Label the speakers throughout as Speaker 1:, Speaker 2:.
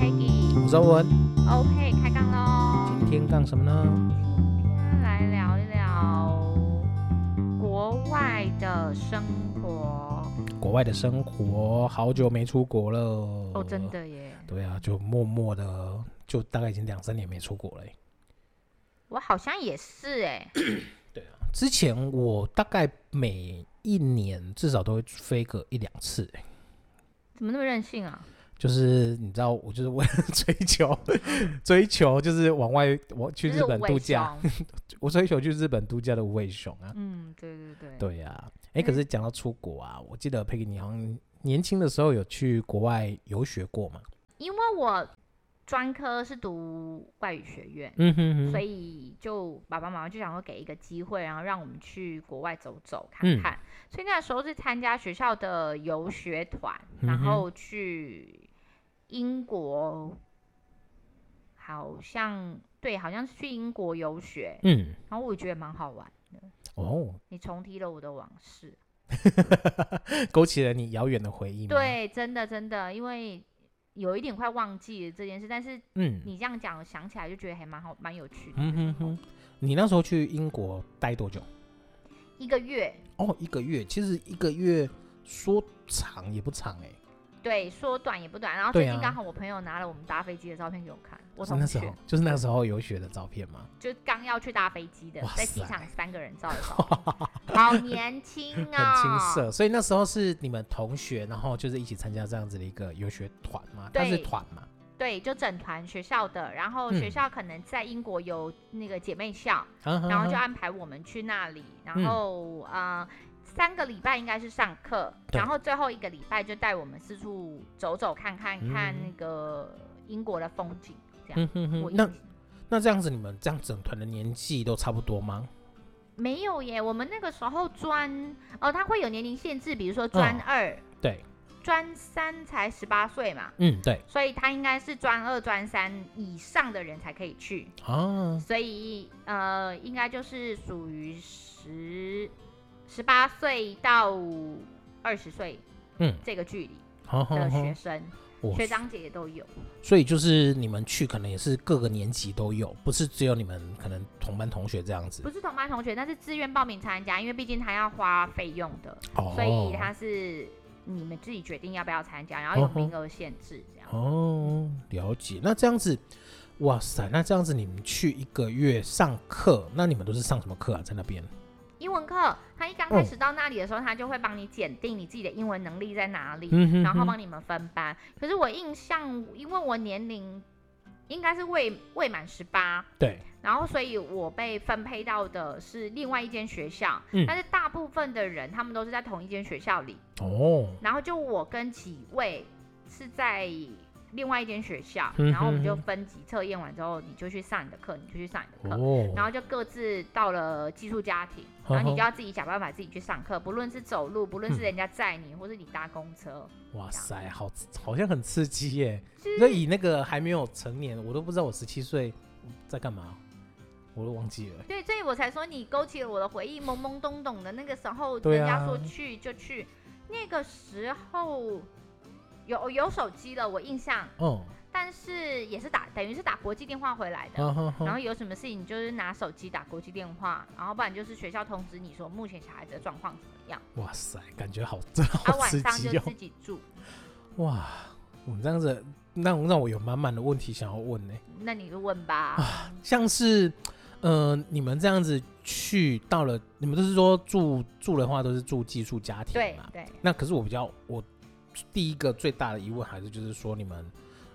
Speaker 1: 五周文，
Speaker 2: OK，开杠喽！
Speaker 1: 今天干什么呢？
Speaker 2: 今天来聊一聊国外的生活。
Speaker 1: 国外的生活，好久没出国了。
Speaker 2: 哦，真。的耶，
Speaker 1: 对啊，就默默的，就大概已经两三年没出国了欸。
Speaker 2: 我好像也是哎。
Speaker 1: 之前我大概每一年至少都会飞个一两次欸，
Speaker 2: 怎么那么任性啊？
Speaker 1: 就是你知道，我就是为了追 求追求，就是往外我去
Speaker 2: 就
Speaker 1: 日
Speaker 2: 是
Speaker 1: 本
Speaker 2: 伪
Speaker 1: 度假，
Speaker 2: 装。
Speaker 1: 我追求去日本度假的无尾熊啊。
Speaker 2: 嗯，对对对。
Speaker 1: 对呀、哎、可是讲到出国啊，我记得佩妮好像年轻的时候有去国外游学过嘛？
Speaker 2: 因为我专科是读外语学院，
Speaker 1: 嗯哼
Speaker 2: 所以就爸爸妈妈就想说给一个机会，然后让我们去国外走走
Speaker 1: 嗯
Speaker 2: 看看。所以那时候是参加学校的游学团，然
Speaker 1: 嗯哼
Speaker 2: 后去英国，好像对，好像是去英国游学，
Speaker 1: 嗯，
Speaker 2: 然后我觉得蛮好玩。
Speaker 1: 哦，
Speaker 2: 你重提了我的往事，
Speaker 1: 勾起了你遥远的回忆吗？，
Speaker 2: 对，真的真的，因为有一点快忘记了这件事，但是
Speaker 1: 嗯
Speaker 2: 你这样讲，我想起来就觉得还蛮好，蛮有趣的。
Speaker 1: 嗯哼哼，你那时候去英国待多久？
Speaker 2: 一个月，
Speaker 1: 哦，一个月。其实一个月说长也不长哎、
Speaker 2: 对，说短也不短。然后
Speaker 1: 对
Speaker 2: 最近
Speaker 1: 啊
Speaker 2: 刚好我朋友拿了我们搭飞机的照片给我看，我
Speaker 1: 是哦
Speaker 2: 同
Speaker 1: 那时
Speaker 2: 学
Speaker 1: 候就是那时候游学的照片吗？
Speaker 2: 就刚要去搭飞机的
Speaker 1: 哇，
Speaker 2: 在机
Speaker 1: 塞
Speaker 2: 场三个人照的照 片，好年轻啊、
Speaker 1: 很青涩，所以那时候是你们同学，然后就是一起参加这样子的一个游学团嘛？它是
Speaker 2: 对
Speaker 1: 团嘛？
Speaker 2: 对，就整团学校的，然后学
Speaker 1: 嗯
Speaker 2: 校可能在英国有那个姐妹校，
Speaker 1: 然
Speaker 2: 然后就安排我们去那里，然
Speaker 1: 嗯
Speaker 2: 后、呃。三个礼拜应该是上课，
Speaker 1: 对
Speaker 2: 然后最后一个礼拜就带我们四处走走看看，看
Speaker 1: 嗯
Speaker 2: 那个英国的风景。
Speaker 1: 嗯哼
Speaker 2: 我
Speaker 1: 哼，
Speaker 2: 印
Speaker 1: 那那这样子，你们这样整团的年纪都差不多吗？
Speaker 2: 没有耶，我们那个时候专哦，它会有年龄限制，比如说专
Speaker 1: 嗯
Speaker 2: 二、
Speaker 1: 对，
Speaker 2: 专三才十八岁嘛，
Speaker 1: 嗯，对
Speaker 2: 所以它应该是专二、专三以上的人才可以去，
Speaker 1: 啊，
Speaker 2: 所以呃，应该就是属于十十八岁到二十岁
Speaker 1: 嗯，
Speaker 2: 这个距离
Speaker 1: 好好
Speaker 2: 的
Speaker 1: 好，
Speaker 2: 学生，
Speaker 1: 我
Speaker 2: 学长姐也都有。
Speaker 1: 所以就是你们去可能也是各个年级都有，不是只有你们可能同班同学这样子
Speaker 2: 不。是同班同学，但是自愿报名参加，因为毕竟他要花费用的，
Speaker 1: 哦
Speaker 2: 所以他是你们自己决定要不要参加，然后有
Speaker 1: 哦吼
Speaker 2: 名额限制这样。
Speaker 1: 哦，了解。那这样子，哇塞，那这样子你们去一个月上课，那你们都是上什么课啊？在那边？
Speaker 2: 英文课，他一刚开始到那里的时候，他就会帮你检定你自己的英文能力在哪里，
Speaker 1: 嗯哼
Speaker 2: 然后
Speaker 1: 哼
Speaker 2: 帮你们分班。可是我印象，因为我年龄应该是未未满十八，
Speaker 1: 对，
Speaker 2: 然后所以我被分配到的是另外一间学校，
Speaker 1: 嗯
Speaker 2: 但是大部分的人他们都是在同一间学校里，
Speaker 1: 哦，
Speaker 2: 然后就我跟几位是在。另外一间学校，
Speaker 1: 嗯哼
Speaker 2: 然后我们就
Speaker 1: 哼
Speaker 2: 分级测验完之后，你就去上你的课，你就去上你的课。
Speaker 1: 哦，
Speaker 2: 然后就各自到了寄宿家庭，
Speaker 1: 呵呵
Speaker 2: 然后你就要自己想办法自己去上课，不论是走路，不论是人家载你，或是你搭公车，
Speaker 1: 哇塞，好，好像很刺激耶。
Speaker 2: 就是
Speaker 1: 那以那个还没有成年，我都不知道我十七岁在干嘛，我都忘记了。
Speaker 2: 对，所以我才说你勾起了我的回忆，懵懵懂懂的那个时候，
Speaker 1: 对
Speaker 2: 人
Speaker 1: 啊
Speaker 2: 家说去就去，那个时候有有手机了，我印象，
Speaker 1: 哦，
Speaker 2: 但是也是打等于是打国际电话回来的。
Speaker 1: 哈哈
Speaker 2: 然后
Speaker 1: 哈，
Speaker 2: 有什么事情，你就是拿手机打国际电话，然后不然就是学校通知你说目前小孩子的状况怎么样，
Speaker 1: 哇塞，感觉好，真的
Speaker 2: 啊
Speaker 1: 好
Speaker 2: 晚
Speaker 1: 刺
Speaker 2: 上
Speaker 1: 激
Speaker 2: 就
Speaker 1: 哦！
Speaker 2: 自己住。
Speaker 1: 哇，我们这样子让让我有满满的问题想要问呢、
Speaker 2: 那你就问吧。
Speaker 1: 啊像是，呃，你们这样子去到了，你们都是说住住的话都是住寄宿家庭
Speaker 2: 对
Speaker 1: 嘛？
Speaker 2: 对，
Speaker 1: 那可是我比较，我第一个最大的疑问还是就是说你们，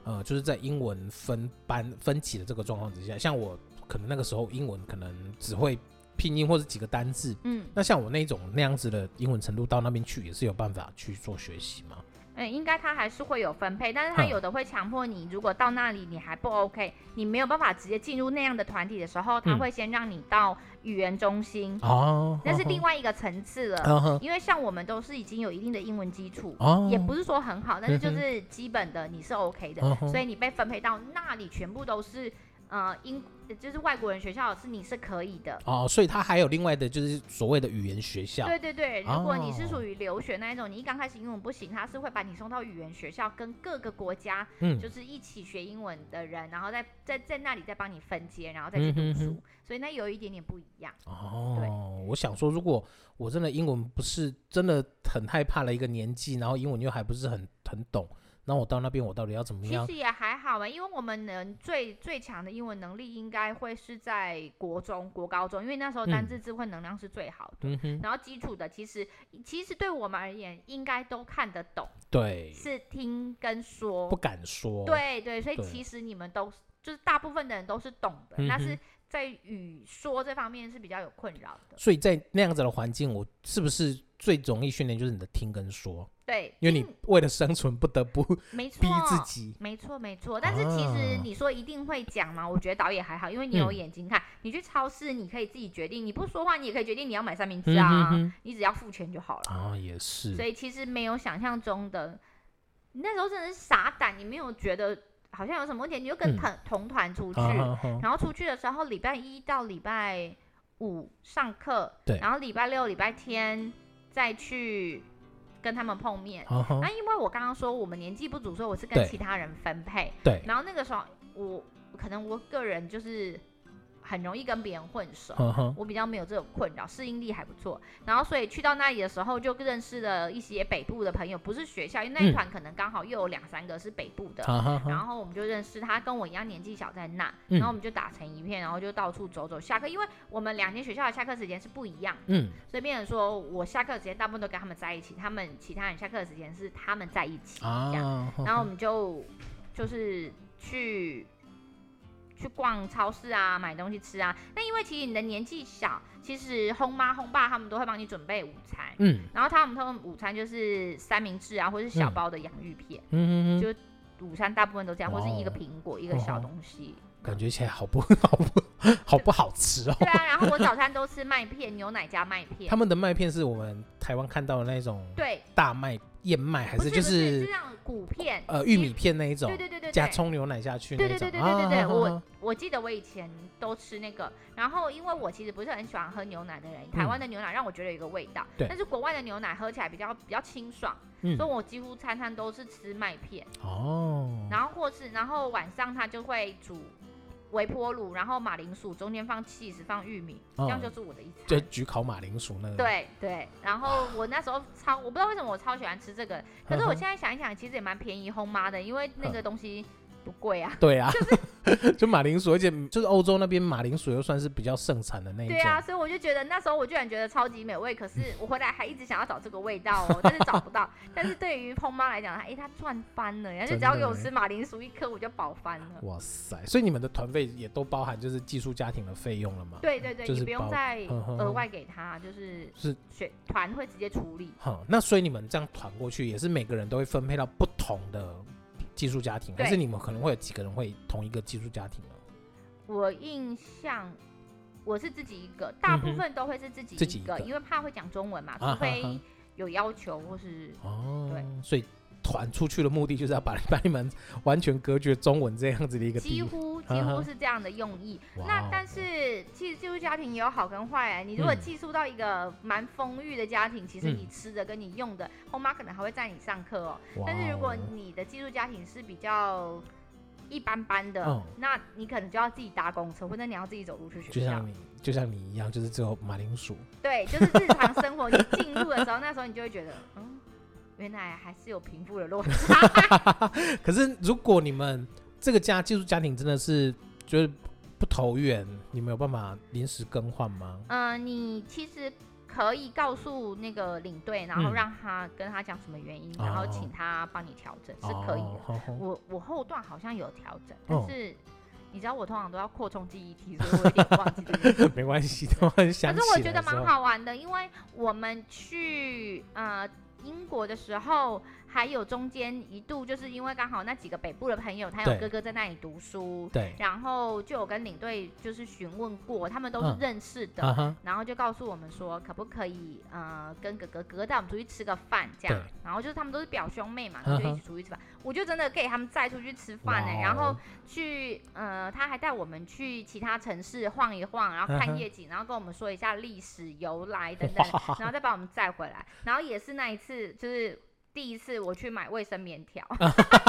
Speaker 1: 呃，就是在英文分班分级的这个状况之下，像我可能那个时候英文可能只会拼音或者几个单字，
Speaker 2: 嗯，
Speaker 1: 那像我那种那样子的英文程度到那边去也是有办法去做学习吗？
Speaker 2: 嗯，应该他还是会有分配，但是他
Speaker 1: 嗯
Speaker 2: 有的会强迫你，如果到那里你还不 OK，你没有办法直接进入那样的团体的时候，他
Speaker 1: 嗯
Speaker 2: 会先让你到语言中心，
Speaker 1: 哦，
Speaker 2: 那是另
Speaker 1: 外，
Speaker 2: 外一个层次了。
Speaker 1: 嗯哼，
Speaker 2: 因为像我们都是已经有一定的英文基础，
Speaker 1: 哦，
Speaker 2: 也不是说很好，但是就
Speaker 1: 嗯哼
Speaker 2: 是基本的你是 OK 的，
Speaker 1: 嗯哼
Speaker 2: 所以你被分配到那里全部都是。呃英就是外国人学校是你是可以的。
Speaker 1: 哦，所以他还有另外的就是所谓的语言学校，
Speaker 2: 对对对，如果你是
Speaker 1: 哦
Speaker 2: 属于留学那一种，你一刚开始英文不行，他是会把你送到语言学校，跟各个国家
Speaker 1: 嗯
Speaker 2: 就是一起学英文的人，然后再在在那里再帮你分阶，然后再去读
Speaker 1: 嗯哼
Speaker 2: 书，
Speaker 1: 哼
Speaker 2: 所以那有一点点不一样。
Speaker 1: 哦，我想说，如果我真的英文不是真的很害怕了一个年纪，然后英文又还不是很很懂，那我到那边我到底要怎么
Speaker 2: 其
Speaker 1: 样？
Speaker 2: 实也还好啊，因为我们能最最强的英文能力应该会是在国中、国高中，因为那时候单
Speaker 1: 嗯
Speaker 2: 字智慧能量是最好的。
Speaker 1: 嗯哼，
Speaker 2: 然后基础的其实其实对我们而言应该都看得懂，
Speaker 1: 对，
Speaker 2: 是听跟说
Speaker 1: 嗯不。敢说，，
Speaker 2: 对对，所以
Speaker 1: 对
Speaker 2: 其实你们都是就是大部分的人都是懂的，
Speaker 1: 嗯哼
Speaker 2: 但是在语说这方面是比较有困扰的。
Speaker 1: 所以在那样子的环境，我是不是最容易训练就是你的听跟说？
Speaker 2: 对，
Speaker 1: 因为你
Speaker 2: 听
Speaker 1: 为了生存不得不
Speaker 2: 没错
Speaker 1: 逼自 己。
Speaker 2: 没错，没错。但是其实
Speaker 1: 啊
Speaker 2: 你说一定会讲嘛，我觉得导演还好，因为你有
Speaker 1: 嗯
Speaker 2: 眼睛看。你去超市，你可以自己决定，你不说话，你也可以决定你要买三明治啊，
Speaker 1: 嗯哼
Speaker 2: 你只要付钱就好了。
Speaker 1: 啊，也是
Speaker 2: 所，以其实没有想象中的，你那时候真的是傻胆，你没有觉得好像有什么问题，你就跟
Speaker 1: 嗯
Speaker 2: 同、同团出去，
Speaker 1: 啊哈哈，
Speaker 2: 然后出去的时候，礼拜一到礼拜五上课，
Speaker 1: 对
Speaker 2: 然后礼拜六、礼拜天再去跟他们碰面。
Speaker 1: 啊哈
Speaker 2: 那、，因为我刚刚说我们年纪不足，所以我是跟
Speaker 1: 对
Speaker 2: 其他人分配。
Speaker 1: 对，
Speaker 2: 然后那个时候我可能我个人就是很容易跟别人混熟，
Speaker 1: 啊哈，
Speaker 2: 我比较没有这种困扰，适应力还不错。然后所以去到那里的时候，就认识了一些北部的朋友，不是学校，因为那一
Speaker 1: 嗯
Speaker 2: 团可能刚好又有两三个是北部的。
Speaker 1: 啊哈哈，
Speaker 2: 然后我们就认识他，跟我一样年纪小，在那，
Speaker 1: 嗯
Speaker 2: 然后我们就打成一片，然后就到处走走。下课，因为我们两间学校的下课时间是不一样的，
Speaker 1: 嗯，
Speaker 2: 所以变成说我下课时间大部分都跟他们在一起，他们其他人下课的时间是他们在一起。
Speaker 1: 啊
Speaker 2: 这
Speaker 1: 哈哈，
Speaker 2: 然后我们就就是去去逛超市啊，买东西吃啊。那因为其实你的年纪小，其实轰妈轰爸他们都会帮你准备午餐，
Speaker 1: 嗯
Speaker 2: 然后他们他们午餐就是三明治啊，或是小
Speaker 1: 嗯
Speaker 2: 包的洋芋片。
Speaker 1: 嗯嗯
Speaker 2: 就午餐大部分都这样，或是一个
Speaker 1: 哇哦
Speaker 2: 苹果一个小东西。
Speaker 1: 感觉起来好不 好 不好不好吃哦。
Speaker 2: 对 啊，然后我早餐都吃麦片，牛奶加麦片
Speaker 1: 他。们的麦片是我们台湾看到的那种
Speaker 2: 对，
Speaker 1: 大麦、燕麦，还
Speaker 2: 不
Speaker 1: 就
Speaker 2: 不是
Speaker 1: 是
Speaker 2: 这样谷片，
Speaker 1: 呃玉米片那一种
Speaker 2: 对，对对对
Speaker 1: 加
Speaker 2: 对。
Speaker 1: 葱牛奶下去那
Speaker 2: 对对
Speaker 1: 一种。
Speaker 2: 对对对对对，
Speaker 1: 啊
Speaker 2: 我我记得我以前都吃那个，然后因为我其实不是很喜欢喝牛奶的人，台湾的牛奶让我觉得有一个味道，
Speaker 1: 嗯对
Speaker 2: 但是国外的牛奶喝起来比较比较清爽，
Speaker 1: 嗯
Speaker 2: 所以我几乎餐餐都是吃麦片，
Speaker 1: 哦，
Speaker 2: 然后或是然后晚上他就会煮微波炉，然后马铃薯中间放 cheese 放玉米，这样
Speaker 1: 嗯
Speaker 2: 就是我的一餐。
Speaker 1: 就焗烤马铃薯那个。
Speaker 2: 对对，然后我那时候超，我不知道为什么我超喜欢吃这个，可是我
Speaker 1: 嗯哼嗯
Speaker 2: 现在想一想，其实也蛮便宜烘妈的，因为那个东西不贵啊。
Speaker 1: 对啊， 就马铃薯，而且就是欧洲那边马铃薯又算是比较盛产的那一种。嗯
Speaker 2: 对啊，所以我就觉得那时候我居然觉得超级美味，可是我回来还一直想要找这个味道 哦，但是找不到。但是对于烘妈来讲，哎，她赚翻了，人家就
Speaker 1: 真
Speaker 2: 只要
Speaker 1: 的
Speaker 2: 给我
Speaker 1: 欸
Speaker 2: 吃马铃薯一颗，我就饱翻了。
Speaker 1: 哇塞！所以你们的团费也都包含就是寄宿家庭的费用了嘛？
Speaker 2: 对对对，
Speaker 1: 就
Speaker 2: 你
Speaker 1: 是
Speaker 2: 不用
Speaker 1: 包
Speaker 2: 再
Speaker 1: 嗯哼
Speaker 2: 额
Speaker 1: 哼
Speaker 2: 外给他，就是
Speaker 1: 是
Speaker 2: 选团会直接处理。
Speaker 1: 好，那所以你们这样团过去，也是每个人都会分配到不同的寄宿家庭，
Speaker 2: 对
Speaker 1: 还是你们可能会有几个人会同一个寄宿家庭呢？
Speaker 2: 我印象我是自己一个，大部
Speaker 1: 嗯哼
Speaker 2: 分都会是自己
Speaker 1: 自己
Speaker 2: 一
Speaker 1: 一
Speaker 2: 个，
Speaker 1: 个
Speaker 2: 因为怕会讲中文嘛，
Speaker 1: 啊哈
Speaker 2: 除非
Speaker 1: 哈
Speaker 2: 有要求或是
Speaker 1: 哦
Speaker 2: 对，
Speaker 1: 所以团出去的目的就是要把把你们完全隔绝中文这样子的一个
Speaker 2: 几
Speaker 1: 地。
Speaker 2: 乎
Speaker 1: 啊
Speaker 2: 几乎
Speaker 1: 哈
Speaker 2: 是这样的用意。
Speaker 1: 哇
Speaker 2: 那
Speaker 1: 哦
Speaker 2: 但是寄寄宿家庭也有好跟坏、啊，你如果
Speaker 1: 嗯
Speaker 2: 寄宿到一个蛮丰裕的家庭，其实
Speaker 1: 嗯
Speaker 2: 你吃的跟你用的，后妈可能还会在你上课哦。
Speaker 1: 哇
Speaker 2: 但是如果
Speaker 1: 哦
Speaker 2: 你的寄宿家庭是比较一般般的，
Speaker 1: 嗯
Speaker 2: 那你可能就要自己搭公车，或者你要自己走路去
Speaker 1: 就
Speaker 2: 学校
Speaker 1: 像。你就像你一样，就是只有马铃薯，
Speaker 2: 对，就是日常生活，你进入的时候，那时候你就会觉得，嗯，原来还是有贫富的落差。
Speaker 1: 可是如果你们这个家寄宿家庭真的是就是不投缘，你们有办法临时更换吗？
Speaker 2: 嗯、你其实可以告诉那个领队，然后
Speaker 1: 嗯
Speaker 2: 让他跟他讲什么原因，然后请他帮你调整，是可以
Speaker 1: 哦
Speaker 2: 的。
Speaker 1: 好好
Speaker 2: 我我后段好像有调整，
Speaker 1: 哦。
Speaker 2: 但是。你知道我通常都要扩充记忆体，所以我有点忘记这件事
Speaker 1: 没关系， 都很想
Speaker 2: 可
Speaker 1: 起
Speaker 2: 是
Speaker 1: 来
Speaker 2: 我
Speaker 1: 的
Speaker 2: 觉得
Speaker 1: 时
Speaker 2: 蛮
Speaker 1: 候。
Speaker 2: 好玩的，因为我们去呃英国的时候，还有中间一度就是因为刚好那几个北部的朋友，他有
Speaker 1: 对
Speaker 2: 哥哥在那里读书，
Speaker 1: 对，
Speaker 2: 然后就有跟领队就是询问过，他们都是
Speaker 1: 嗯
Speaker 2: 认识的，
Speaker 1: 啊哈，
Speaker 2: 然后就告诉我们说，可不可以呃跟哥哥哥哥带我们出去吃个饭这样
Speaker 1: 对，
Speaker 2: 然后就是他们都是表兄妹嘛，
Speaker 1: 嗯哼
Speaker 2: 就一起出去吃饭。我就真的给他们载出去吃饭呢、欸
Speaker 1: 哇哦
Speaker 2: 然后去呃他还带我们去其他城市晃一晃，然后
Speaker 1: 嗯
Speaker 2: 看
Speaker 1: 哼
Speaker 2: 夜景，然后跟我们说一下历史由来等等，然后再把我们载回来。然后也是那一次就是。第一次我去买卫生棉 条，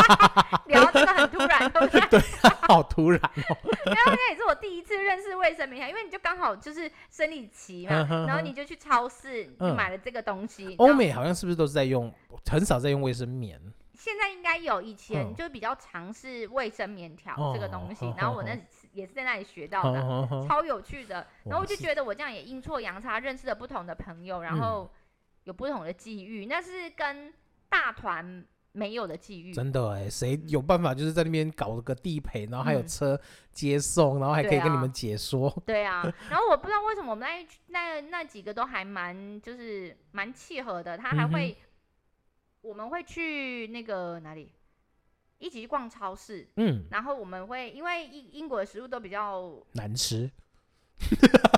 Speaker 2: 聊这个很突然，对不对？
Speaker 1: 好突然哦，
Speaker 2: 然后那也是我第一次认识卫生棉条，因为你就刚好就是生理期嘛
Speaker 1: 嗯，哼
Speaker 2: 然后你就去超市，你
Speaker 1: 嗯
Speaker 2: 买了这个东西。
Speaker 1: 欧
Speaker 2: 然后
Speaker 1: 美好像是不是都是在用，很少在用卫生棉？
Speaker 2: 现在应该有，以前
Speaker 1: 嗯
Speaker 2: 就比较尝试卫生棉条这个东西
Speaker 1: 哦，
Speaker 2: 然后我那
Speaker 1: 哦
Speaker 2: 也是在那里学到的，
Speaker 1: 哼哼
Speaker 2: 超有趣的。然后我
Speaker 1: 哇
Speaker 2: 就是觉得我这样也阴错阳差认识了不同的朋友，然
Speaker 1: 嗯
Speaker 2: 后有不同的际遇，那是跟大团没有的际遇。
Speaker 1: 真的哎，谁有办法就是在那边搞个地陪，然后还有
Speaker 2: 嗯
Speaker 1: 车接送，然后还可
Speaker 2: 对
Speaker 1: 以跟你
Speaker 2: 啊
Speaker 1: 们解说？
Speaker 2: 对啊，然后我不知道为什么我们那一那那几个都还蛮就是蛮契合的，他还
Speaker 1: 嗯哼
Speaker 2: 会、我们会去那个哪里一起去逛超市，
Speaker 1: 嗯，
Speaker 2: 然后我们会因为英英国的食物都比较
Speaker 1: 难 吃。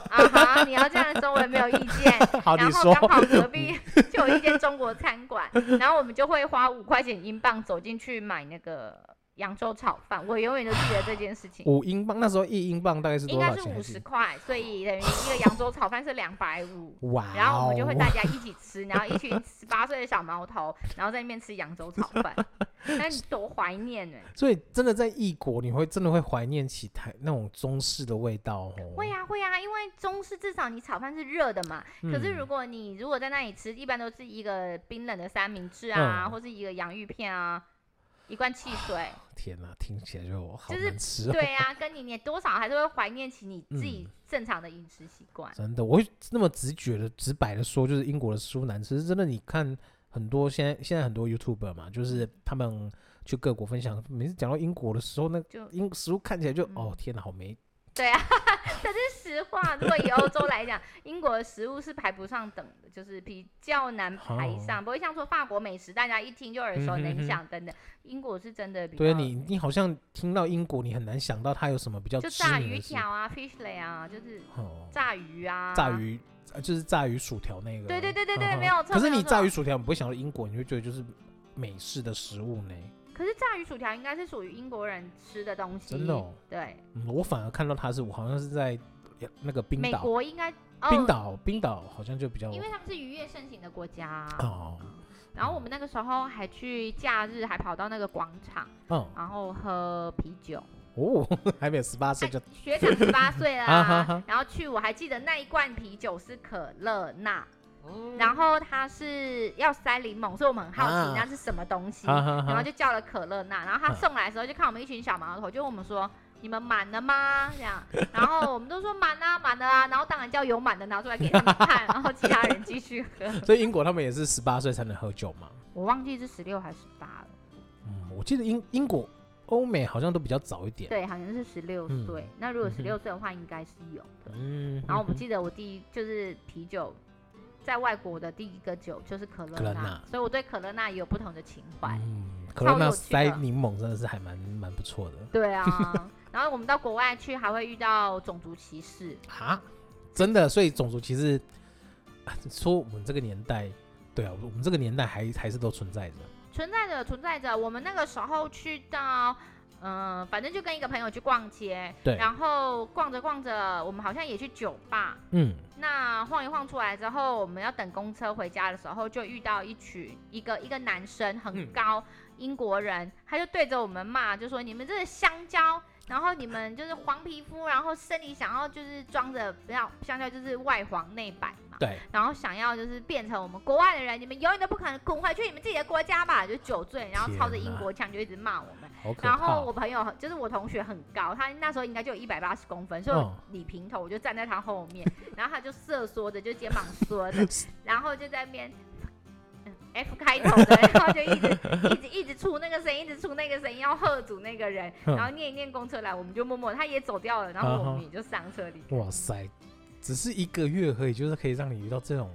Speaker 2: 啊哈，你要这样说我也没有意见。
Speaker 1: 好，
Speaker 2: 然
Speaker 1: 你
Speaker 2: 后
Speaker 1: 说
Speaker 2: 刚好隔壁就有一间中国餐馆，然后我们就会花五块钱英镑走进去买那个扬州炒饭，我永远都记得这件事情。
Speaker 1: 五英镑，那时候一英镑大概是
Speaker 2: 应
Speaker 1: 多
Speaker 2: 该
Speaker 1: 少
Speaker 2: 是
Speaker 1: 钱？
Speaker 2: 五
Speaker 1: 还
Speaker 2: 十
Speaker 1: 是
Speaker 2: 块，所以等于一个扬州炒饭是两百五。
Speaker 1: 哇哦，
Speaker 2: 然后我们就会大家一起吃，然后一群十八岁的小毛头，然后在那边吃扬州炒饭，那你多怀念欸呢、
Speaker 1: 所以真的在异国，你会真的会怀念起台那种中式的味道哦。
Speaker 2: 会啊会啊，因为中式至少你炒饭是热的嘛，可是
Speaker 1: 嗯
Speaker 2: 如果你如果在那里吃，一般都是一个冰冷的三明治啊，
Speaker 1: 嗯
Speaker 2: 或是一个洋芋片啊，一罐汽 水，
Speaker 1: 天哪，听起来就好
Speaker 2: 就是
Speaker 1: 难吃哦。
Speaker 2: 对啊，跟你你多少还是会怀念起你自己
Speaker 1: 嗯
Speaker 2: 正常的饮食习惯。
Speaker 1: 真的，我会那么直觉的、直白的说，就是英国的食物难吃。是真的，你看很多现在现在很多 YouTuber 嘛，
Speaker 2: 嗯
Speaker 1: 就是他们去各国分享，每次讲到英国的时候，那
Speaker 2: 就
Speaker 1: 英食物看起来就、哦
Speaker 2: 嗯
Speaker 1: 天哪，好没
Speaker 2: 对啊，可是实话，如果以欧洲来讲，英国的食物是排不上等的，就是比较难排
Speaker 1: 哦
Speaker 2: 上，不会像说法国美食，大家一听就耳
Speaker 1: 嗯
Speaker 2: 熟能详等等。英国是真的比较，
Speaker 1: 对啊你，你好像听到英国，你很难想到它有什么比较
Speaker 2: 就
Speaker 1: 知
Speaker 2: 炸
Speaker 1: 名
Speaker 2: 鱼
Speaker 1: 的食
Speaker 2: 条啊，fishlet 啊，就是
Speaker 1: 物哦，
Speaker 2: 炸鱼啊，
Speaker 1: 炸。鱼呃就是炸鱼薯条那个。
Speaker 2: 对对对对对
Speaker 1: 嗯哼
Speaker 2: 没有错
Speaker 1: 可是
Speaker 2: 没有
Speaker 1: 你炸
Speaker 2: 错
Speaker 1: 鱼薯条，你不会想到英国，你会觉得就是美式的食物呢。
Speaker 2: 可是炸鱼薯条应该是属于英国人吃的东西，
Speaker 1: 真的哦
Speaker 2: 对，
Speaker 1: 嗯，我反而看到它是，我好像是在呃那个冰
Speaker 2: 美
Speaker 1: 岛，
Speaker 2: 国应该哦，
Speaker 1: 冰岛，冰岛好像就比较
Speaker 2: 因为他们是渔业盛行的国家啊、
Speaker 1: 哦，
Speaker 2: 然后我们那个时候还去假日还跑到那个广场，
Speaker 1: 嗯，
Speaker 2: 然后喝啤酒。
Speaker 1: 哦， 还没有十八岁就
Speaker 2: 哎学长十 八岁
Speaker 1: 啊哈
Speaker 2: 啦
Speaker 1: 哈，
Speaker 2: 然后去我还记得那一罐啤酒是可乐娜，然后它是要塞柠檬，所以我们很好奇
Speaker 1: 啊
Speaker 2: 那是什么东西，
Speaker 1: 哈哈
Speaker 2: 然后
Speaker 1: 哈，啊
Speaker 2: 就叫了可乐娜，然后他送来的时候就看我们一群小毛头，就问我们说。你们满了吗？这样，然后我们都说满啊，满了啊，然后当然叫有满的拿出来给他们看，然后其他人继续喝。
Speaker 1: 所以英国他们也是十八岁才能喝酒嘛。
Speaker 2: 我忘记是十六还是十八了，
Speaker 1: 嗯，我记得英英国、欧美好像都比较早一点。
Speaker 2: 对，好像是十六
Speaker 1: 嗯
Speaker 2: 岁。那如果
Speaker 1: 嗯哼
Speaker 2: 十六岁的话，应该是有的。
Speaker 1: 嗯，
Speaker 2: 然后我
Speaker 1: 嗯
Speaker 2: 记得我第一就是啤酒，在外国的第一个酒就是可乐
Speaker 1: 可乐
Speaker 2: 娜
Speaker 1: 娜，
Speaker 2: 所以我对可乐娜也有不同的情怀。
Speaker 1: 嗯，可乐那塞
Speaker 2: 超有趣的
Speaker 1: 柠檬真的是还蛮蛮不错的
Speaker 2: 对啊，然后我们到国外去还会遇到种族歧视，
Speaker 1: 啊，真的。所以种族歧视，啊说我们这个年代，对啊，我们这个年代还还是都存在着。
Speaker 2: 存在着存在着。我们那个时候去到。嗯，反正就跟一个朋友去逛街，
Speaker 1: 对
Speaker 2: 然后逛着逛着，我们好像也去酒吧。
Speaker 1: 嗯，
Speaker 2: 那晃一晃出来之后，我们要等公车回家的时候，就遇到一群一个一个男生很
Speaker 1: 嗯
Speaker 2: 高、英国人，他就对着我们骂，就说你们这是香蕉，然后你们就是黄皮肤，然后生理想要就是装着不要香蕉就是外黄内白嘛，
Speaker 1: 对，
Speaker 2: 然后想要就是变成我们国外的人，你们永远都不可能滚回去你们自己的国家吧，就酒醉，然后
Speaker 1: 天
Speaker 2: 操着
Speaker 1: 哪
Speaker 2: 英国腔就一直骂我们。
Speaker 1: 好可怕。
Speaker 2: 然后我朋友就是我同学很高，他那时候应该就有一百八十公分，所以我
Speaker 1: 嗯
Speaker 2: 理平头，我就站在他后 面，然后他就瑟缩着，就肩膀缩着，然后就在那边。嗯 F 开头的，然后就一 直一直一直出那个声音，一直出那个声音，要喝阻那个人，
Speaker 1: 嗯啊
Speaker 2: 然后念一念公车来，我们就默默他也走掉了，然后我们也就上车离开。
Speaker 1: 哇塞，只是一个月而已，就是可以让你遇到这种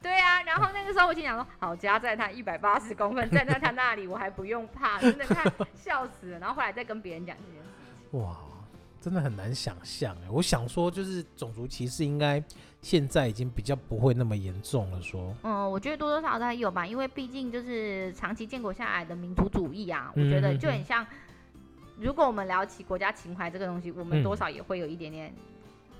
Speaker 2: 对啊，然后那个时候我就想说，好加在他一百八十公分，站在他那里我还不用怕，真的看笑死了。然后后来再跟别人讲这件事，
Speaker 1: 哇，真的很难想象哎。我想说，就是种族歧视应该现在已经比较不会那么严重了说，
Speaker 2: 嗯，我觉得多多少少还有吧，因为毕竟就是长期建国下来的民族主义啊，
Speaker 1: 嗯
Speaker 2: 我觉得就很像。如果我们聊起国家情怀这个东西，我们
Speaker 1: 嗯
Speaker 2: 多少也会有一点点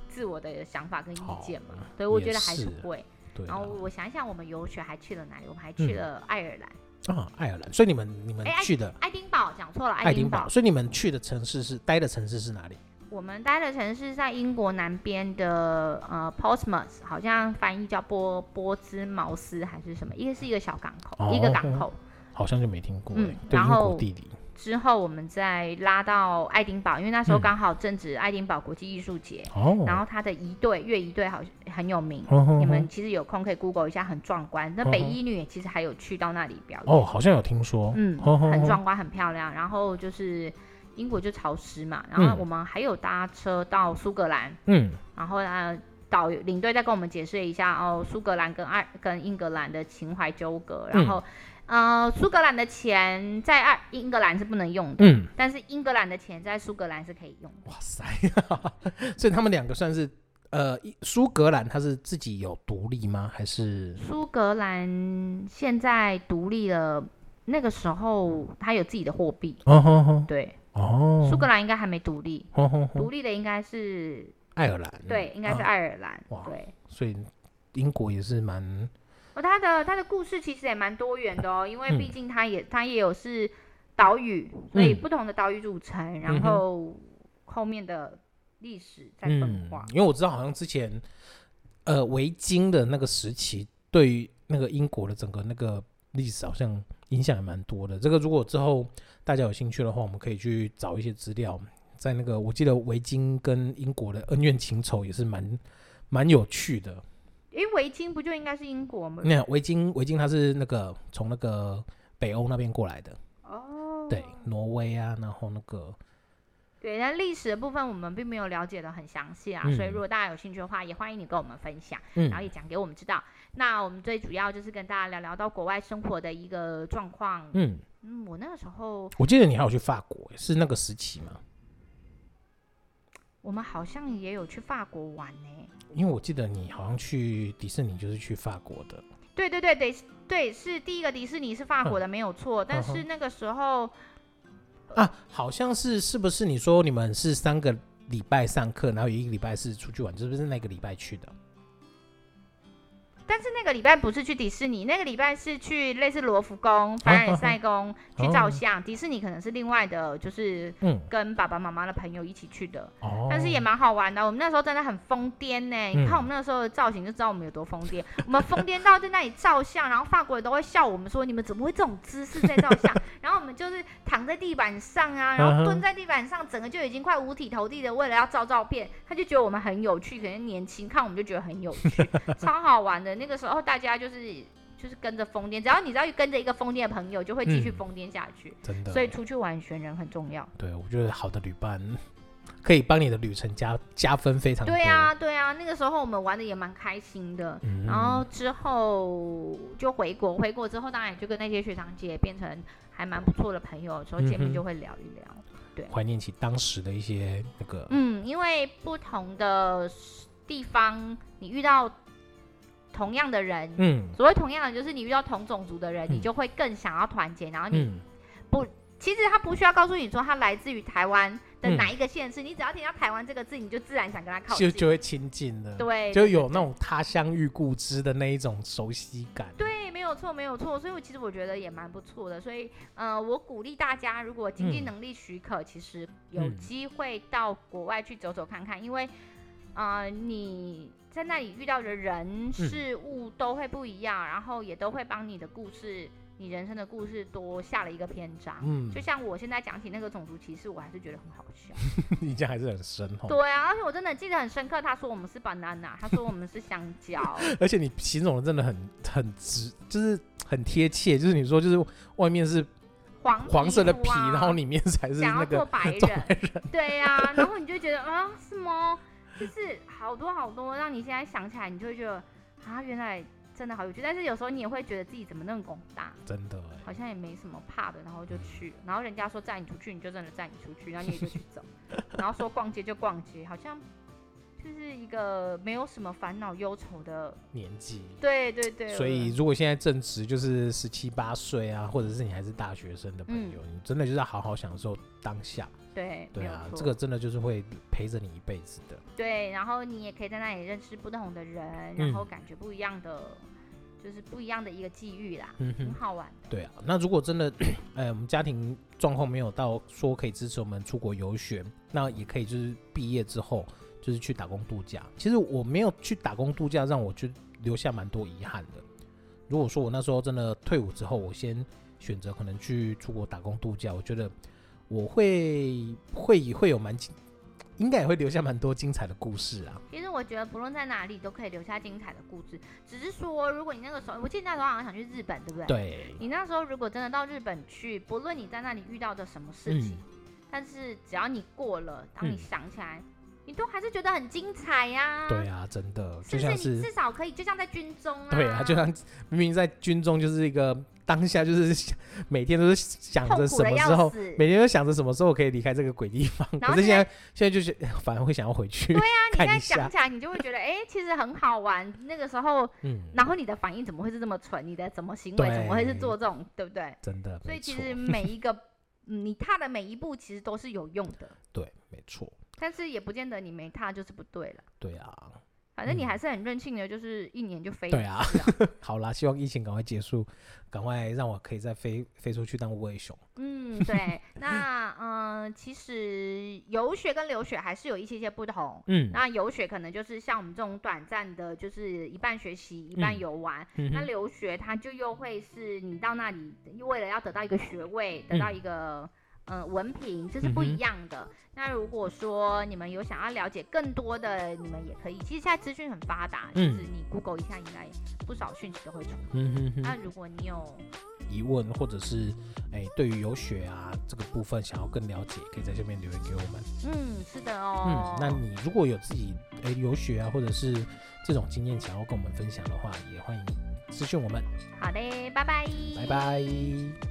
Speaker 2: 自我的想法跟意
Speaker 1: 好
Speaker 2: 见嘛，所以我觉
Speaker 1: 也
Speaker 2: 得还是
Speaker 1: 是
Speaker 2: 会。
Speaker 1: 对
Speaker 2: 然
Speaker 1: 啊
Speaker 2: 后我想一想，我们游学还去了哪里？我们还去
Speaker 1: 嗯
Speaker 2: 了爱尔兰、
Speaker 1: 啊，爱尔兰。所以你们你们
Speaker 2: 哎爱
Speaker 1: 去的
Speaker 2: 爱丁堡，讲错了，
Speaker 1: 爱丁
Speaker 2: 丁
Speaker 1: 堡，所以你们去的城市是待的城市是哪里？
Speaker 2: 我们待的城市在英国南边的呃 Portsmouth，好像翻译叫波波兹茅斯还是什么，一个是一个小港口，
Speaker 1: 哦
Speaker 2: 一个港口。
Speaker 1: 好像就没听过哎、
Speaker 2: 嗯
Speaker 1: 对
Speaker 2: 然
Speaker 1: 英国
Speaker 2: 后
Speaker 1: 地理
Speaker 2: 之后我们再拉到爱丁堡，因为那时候
Speaker 1: 嗯
Speaker 2: 刚好正值爱丁堡国际艺术节，
Speaker 1: 哦。
Speaker 2: 然后它的一队乐一队好像很有名。
Speaker 1: 哦
Speaker 2: 你们其实有空可以 Google 一下，很壮观。那北
Speaker 1: 嗯哼
Speaker 2: 一女也其实还有去到那里表演。
Speaker 1: 哦，好像有听说，
Speaker 2: 嗯，
Speaker 1: 哦
Speaker 2: 很壮观，很漂亮。然后就是英国就潮湿嘛，然后
Speaker 1: 嗯
Speaker 2: 我们还有搭车到苏格兰，
Speaker 1: 嗯，
Speaker 2: 然后呢，导游领队再跟我们解释一下哦，苏格兰跟爱跟英格兰的情怀纠葛，
Speaker 1: 嗯
Speaker 2: 然后、呃，苏格兰的钱在爱英格兰是不能用的，
Speaker 1: 嗯，
Speaker 2: 但是英格兰的钱在苏格兰是可以用的。
Speaker 1: 哇塞， 所以他们两个算是呃，一苏格兰他是自己有独立吗？还是
Speaker 2: 苏格兰现在独立了，那个时候它有自己的货币，
Speaker 1: 哦吼吼
Speaker 2: 对，
Speaker 1: 哦
Speaker 2: 苏格兰应该还没独立，
Speaker 1: 吼吼吼
Speaker 2: 独立的应该是
Speaker 1: 哦爱尔兰，
Speaker 2: 对，应该是
Speaker 1: 嗯啊
Speaker 2: 爱尔兰。
Speaker 1: 哇
Speaker 2: 对，
Speaker 1: 所以英国也是蛮
Speaker 2: 哦，他的他的故事其实也蛮多元的哦，因为
Speaker 1: 嗯
Speaker 2: 毕竟他也他也有是岛屿，所以
Speaker 1: 嗯
Speaker 2: 不同的岛屿组成，
Speaker 1: 嗯
Speaker 2: 然
Speaker 1: 哼
Speaker 2: 后后面的历史在分
Speaker 1: 嗯
Speaker 2: 化，。
Speaker 1: 因为我知道好像之前呃维京的那个时期，对于那个英国的整个那个历史好像影响也蛮多的。这个如果之后大家有兴趣的话，我们可以去找一些资料，在那个我记得维京跟英国的恩怨情仇也是蛮蛮有趣的。
Speaker 2: 因为维京不就应该是英国吗？
Speaker 1: 那样维京维京它是那个从那个北欧那边过来的，
Speaker 2: 哦，
Speaker 1: 对，挪威啊，然后那个
Speaker 2: 对，那历史的部分我们并没有了解的很详细啊，所以
Speaker 1: 嗯
Speaker 2: 如果大家有兴趣的话，也欢迎你跟我们分享。
Speaker 1: 嗯
Speaker 2: 然后也讲给我们知道。那我们最主要就是跟大家聊聊到国外生活的一个状况。
Speaker 1: 嗯，
Speaker 2: 嗯，我那个时候
Speaker 1: 我记得你还有去法国，欸是那个时期吗？
Speaker 2: 我们好像也有去法国玩呢、
Speaker 1: 因为我记得你好像去迪士尼就是去法国的，
Speaker 2: 对对对对对，是第一个迪士尼是法国的没有错，但
Speaker 1: 嗯
Speaker 2: 是
Speaker 1: 哼
Speaker 2: 那个时候
Speaker 1: 啊，好像是是不是？你说你们是三个礼拜上课，然后有一个礼拜是出去玩，是不是那个礼拜去的？
Speaker 2: 但是那个礼拜不是去迪士尼，那个礼拜是去类似罗浮宫、凡
Speaker 1: 嗯
Speaker 2: 尔赛宫去
Speaker 1: 哦
Speaker 2: 照相，迪士尼可能是另外的，就是
Speaker 1: 嗯，
Speaker 2: 跟爸爸妈妈的朋友一起去的。
Speaker 1: 哦，
Speaker 2: 但是也蛮好玩的。我们那时候真的很疯癫呢，你看
Speaker 1: 嗯
Speaker 2: 我们那时候的造型就知道我们有多疯癫。我们疯癫到在那里照相，然后法国人都会笑我们说：“你们怎么会这种姿势在照相？” 然后我们就是躺在地板上啊，然后
Speaker 1: 嗯哼
Speaker 2: 蹲在地板上，整个就已经快五体投地的，为了要照照片，他就觉得我们很有趣，可能年轻看我们就觉得很有趣， 超好玩的。那个时候大家就是。就是跟着疯癫，只要你只要跟着一个疯癫的朋友，就会继续
Speaker 1: 嗯
Speaker 2: 疯癫下去。
Speaker 1: 真的，欸
Speaker 2: 所以出去玩选人很重要。
Speaker 1: 对我觉得好的旅伴可以帮你的旅程加加分非常多。
Speaker 2: 对啊，对啊，那个时候我们玩的也蛮开心的。
Speaker 1: 嗯，
Speaker 2: 然后之后就回国，回国之后当然也就跟那些学长姐变成还蛮不错的朋友，有时候见
Speaker 1: 嗯哼
Speaker 2: 面就会聊一聊。
Speaker 1: 怀念起当时的一些那个，
Speaker 2: 嗯，因为不同的地方，你遇到同样的人，
Speaker 1: 嗯
Speaker 2: 所谓同样的就是你遇到同种族的人，你
Speaker 1: 嗯
Speaker 2: 就会更想要团结，然后你
Speaker 1: 嗯
Speaker 2: 其实他不需要告诉你说他来自于台湾的
Speaker 1: 嗯
Speaker 2: 哪一个县市，你只要听到台湾这个字，你就自然想跟他靠
Speaker 1: 就
Speaker 2: 近。
Speaker 1: 就会亲近的，，
Speaker 2: 对，
Speaker 1: 就有那种他乡遇故知的那一种熟悉感。
Speaker 2: 对，没有错，没有错。所以我其实我觉得也蛮不错的。所以，呃，我鼓励大家，如果经济
Speaker 1: 嗯
Speaker 2: 能力许可，其实有
Speaker 1: 嗯
Speaker 2: 机会到国外去走走看看，因为，呃，你在那里遇到的
Speaker 1: 嗯
Speaker 2: 人、事物都会不一样，然后也都会帮你的故事，你人生的故事多下了一个篇章。
Speaker 1: 嗯
Speaker 2: 就，像我现在讲起那个种族歧视，我还是觉得很好笑。
Speaker 1: 印象还是很深哦。
Speaker 2: 对啊，而且我真的记得很深刻，他说我们是 banana，他说我们是香 蕉。
Speaker 1: 而且你形容的真的很很直，就是很贴切。就是你说，就是外面是
Speaker 2: 黄
Speaker 1: 黄色的
Speaker 2: 皮
Speaker 1: 皮，
Speaker 2: 肤啊
Speaker 1: 然后里面才是
Speaker 2: 想
Speaker 1: 那
Speaker 2: 要做
Speaker 1: 个
Speaker 2: 白人，对呀、然后你就觉得啊，什么？就是好多好多，让你现在想起来，你就会觉得啊，原来真的好有趣。但是有时候你也会觉得自己怎么那么拱大，
Speaker 1: 真的欸
Speaker 2: 好像也没什么怕的，然后就去，然后人家说载你出去，你就真的载你出去，然后你也就去走，然后说逛街就逛街，好像就是一个没有什么烦恼忧愁的。
Speaker 1: 年纪。
Speaker 2: 对对对，
Speaker 1: 所以，
Speaker 2: 我
Speaker 1: 如果现在正值就是十七八岁啊，或者是你还是大学生的朋友，你真的就是要好好享受当下。
Speaker 2: 对嗯
Speaker 1: 对
Speaker 2: 没有
Speaker 1: 啊，
Speaker 2: 错
Speaker 1: 这个真的就是会陪着你一辈子的。
Speaker 2: 对，然后你也可以在那里认识不同的人，
Speaker 1: 嗯
Speaker 2: 然后感觉不一样的，就是不一样的一个际遇啦，
Speaker 1: 嗯
Speaker 2: 很
Speaker 1: 哼，
Speaker 2: 好玩。
Speaker 1: 对啊。那如果真的，哎，我们家庭状况没有到说可以支持我们出国游学，那也可以就是毕业之后就是去打工度假。其实我没有去打工度假，让我去留下蛮多遗憾的。如果说我那时候真的退伍之后，我先选择可能去出国打工度假，我觉得我会会会有蛮精，应该也会留下蛮多精彩的故事啊。
Speaker 2: 其实我觉得不论在哪里都可以留下精彩的故事，只是说如果你那个时候，我记得那时候好像想去日本，对不对？。
Speaker 1: 对，
Speaker 2: 你那时候如果真的到日本去，不论你在那里遇到的什么事情，
Speaker 1: 嗯，
Speaker 2: 但是只要你过了，当你
Speaker 1: 嗯
Speaker 2: 想起来，你都还是觉得很精彩呀、
Speaker 1: 对啊，真的
Speaker 2: 是
Speaker 1: 就
Speaker 2: 不是
Speaker 1: 像
Speaker 2: 你
Speaker 1: 是
Speaker 2: 至少可以，就像在军中啊，
Speaker 1: 对啊，就像明明在军中就是一个当下，就是想每天都是想
Speaker 2: 痛
Speaker 1: 着
Speaker 2: 苦
Speaker 1: 什
Speaker 2: 的
Speaker 1: 么时
Speaker 2: 要
Speaker 1: 候，
Speaker 2: 死。
Speaker 1: 每天都想着什么时候可以离开这个鬼地方。
Speaker 2: 然后
Speaker 1: 可是
Speaker 2: 现
Speaker 1: 现在现在就是反而会想要回去。对啊，
Speaker 2: 那你
Speaker 1: 看
Speaker 2: 现在
Speaker 1: 一下
Speaker 2: 想，起来，你就会觉得，哎、其实很好玩。那个时候，
Speaker 1: 嗯，
Speaker 2: 然后你的反应怎么会是这么蠢？你的怎么行为
Speaker 1: 对
Speaker 2: 怎么会是做这种，对不对？
Speaker 1: 真的，
Speaker 2: 所
Speaker 1: 没
Speaker 2: 以其
Speaker 1: 错
Speaker 2: 实每一个、嗯你踏的每一步，其实都是有用的，
Speaker 1: 对，没错，
Speaker 2: 但是也不见得你没踏就是不对了。
Speaker 1: 对啊，
Speaker 2: 反正你
Speaker 1: 嗯
Speaker 2: 还是很任性的，就是一年就飞。
Speaker 1: 对啊。 好啦，希望疫情赶快结束，赶快让我可以再飞飞出去当无尾熊。
Speaker 2: 嗯，对。那嗯、呃其实游学跟留学还是有一些些不同。
Speaker 1: 嗯，
Speaker 2: 那游学可能就是像我们这种短暂的，就是一半学习一半
Speaker 1: 嗯
Speaker 2: 游玩。
Speaker 1: 嗯
Speaker 2: 那
Speaker 1: 哼
Speaker 2: 留学它就又会是你到那里为了要得到一个学位，得到
Speaker 1: 嗯
Speaker 2: 一个。呃，文凭这是不
Speaker 1: 嗯
Speaker 2: 一
Speaker 1: 哼
Speaker 2: 样的。那如果说你们有想要了解更多的，你们也可以。其实现在资讯很发达，就
Speaker 1: 嗯
Speaker 2: 是你 Google 一下，应该不少讯息都会出。
Speaker 1: 嗯哼哼。
Speaker 2: 那如果你有
Speaker 1: 疑问，或者是哎、对于游学啊这个部分想要更了解，可以在下面留言给我们。
Speaker 2: 嗯，是的
Speaker 1: 嗯
Speaker 2: 哦。，
Speaker 1: 那你如果有自己哎、游学啊，或者是这种经验想要跟我们分享的话，也欢迎私讯我们。
Speaker 2: 好嘞，拜拜，
Speaker 1: 拜拜。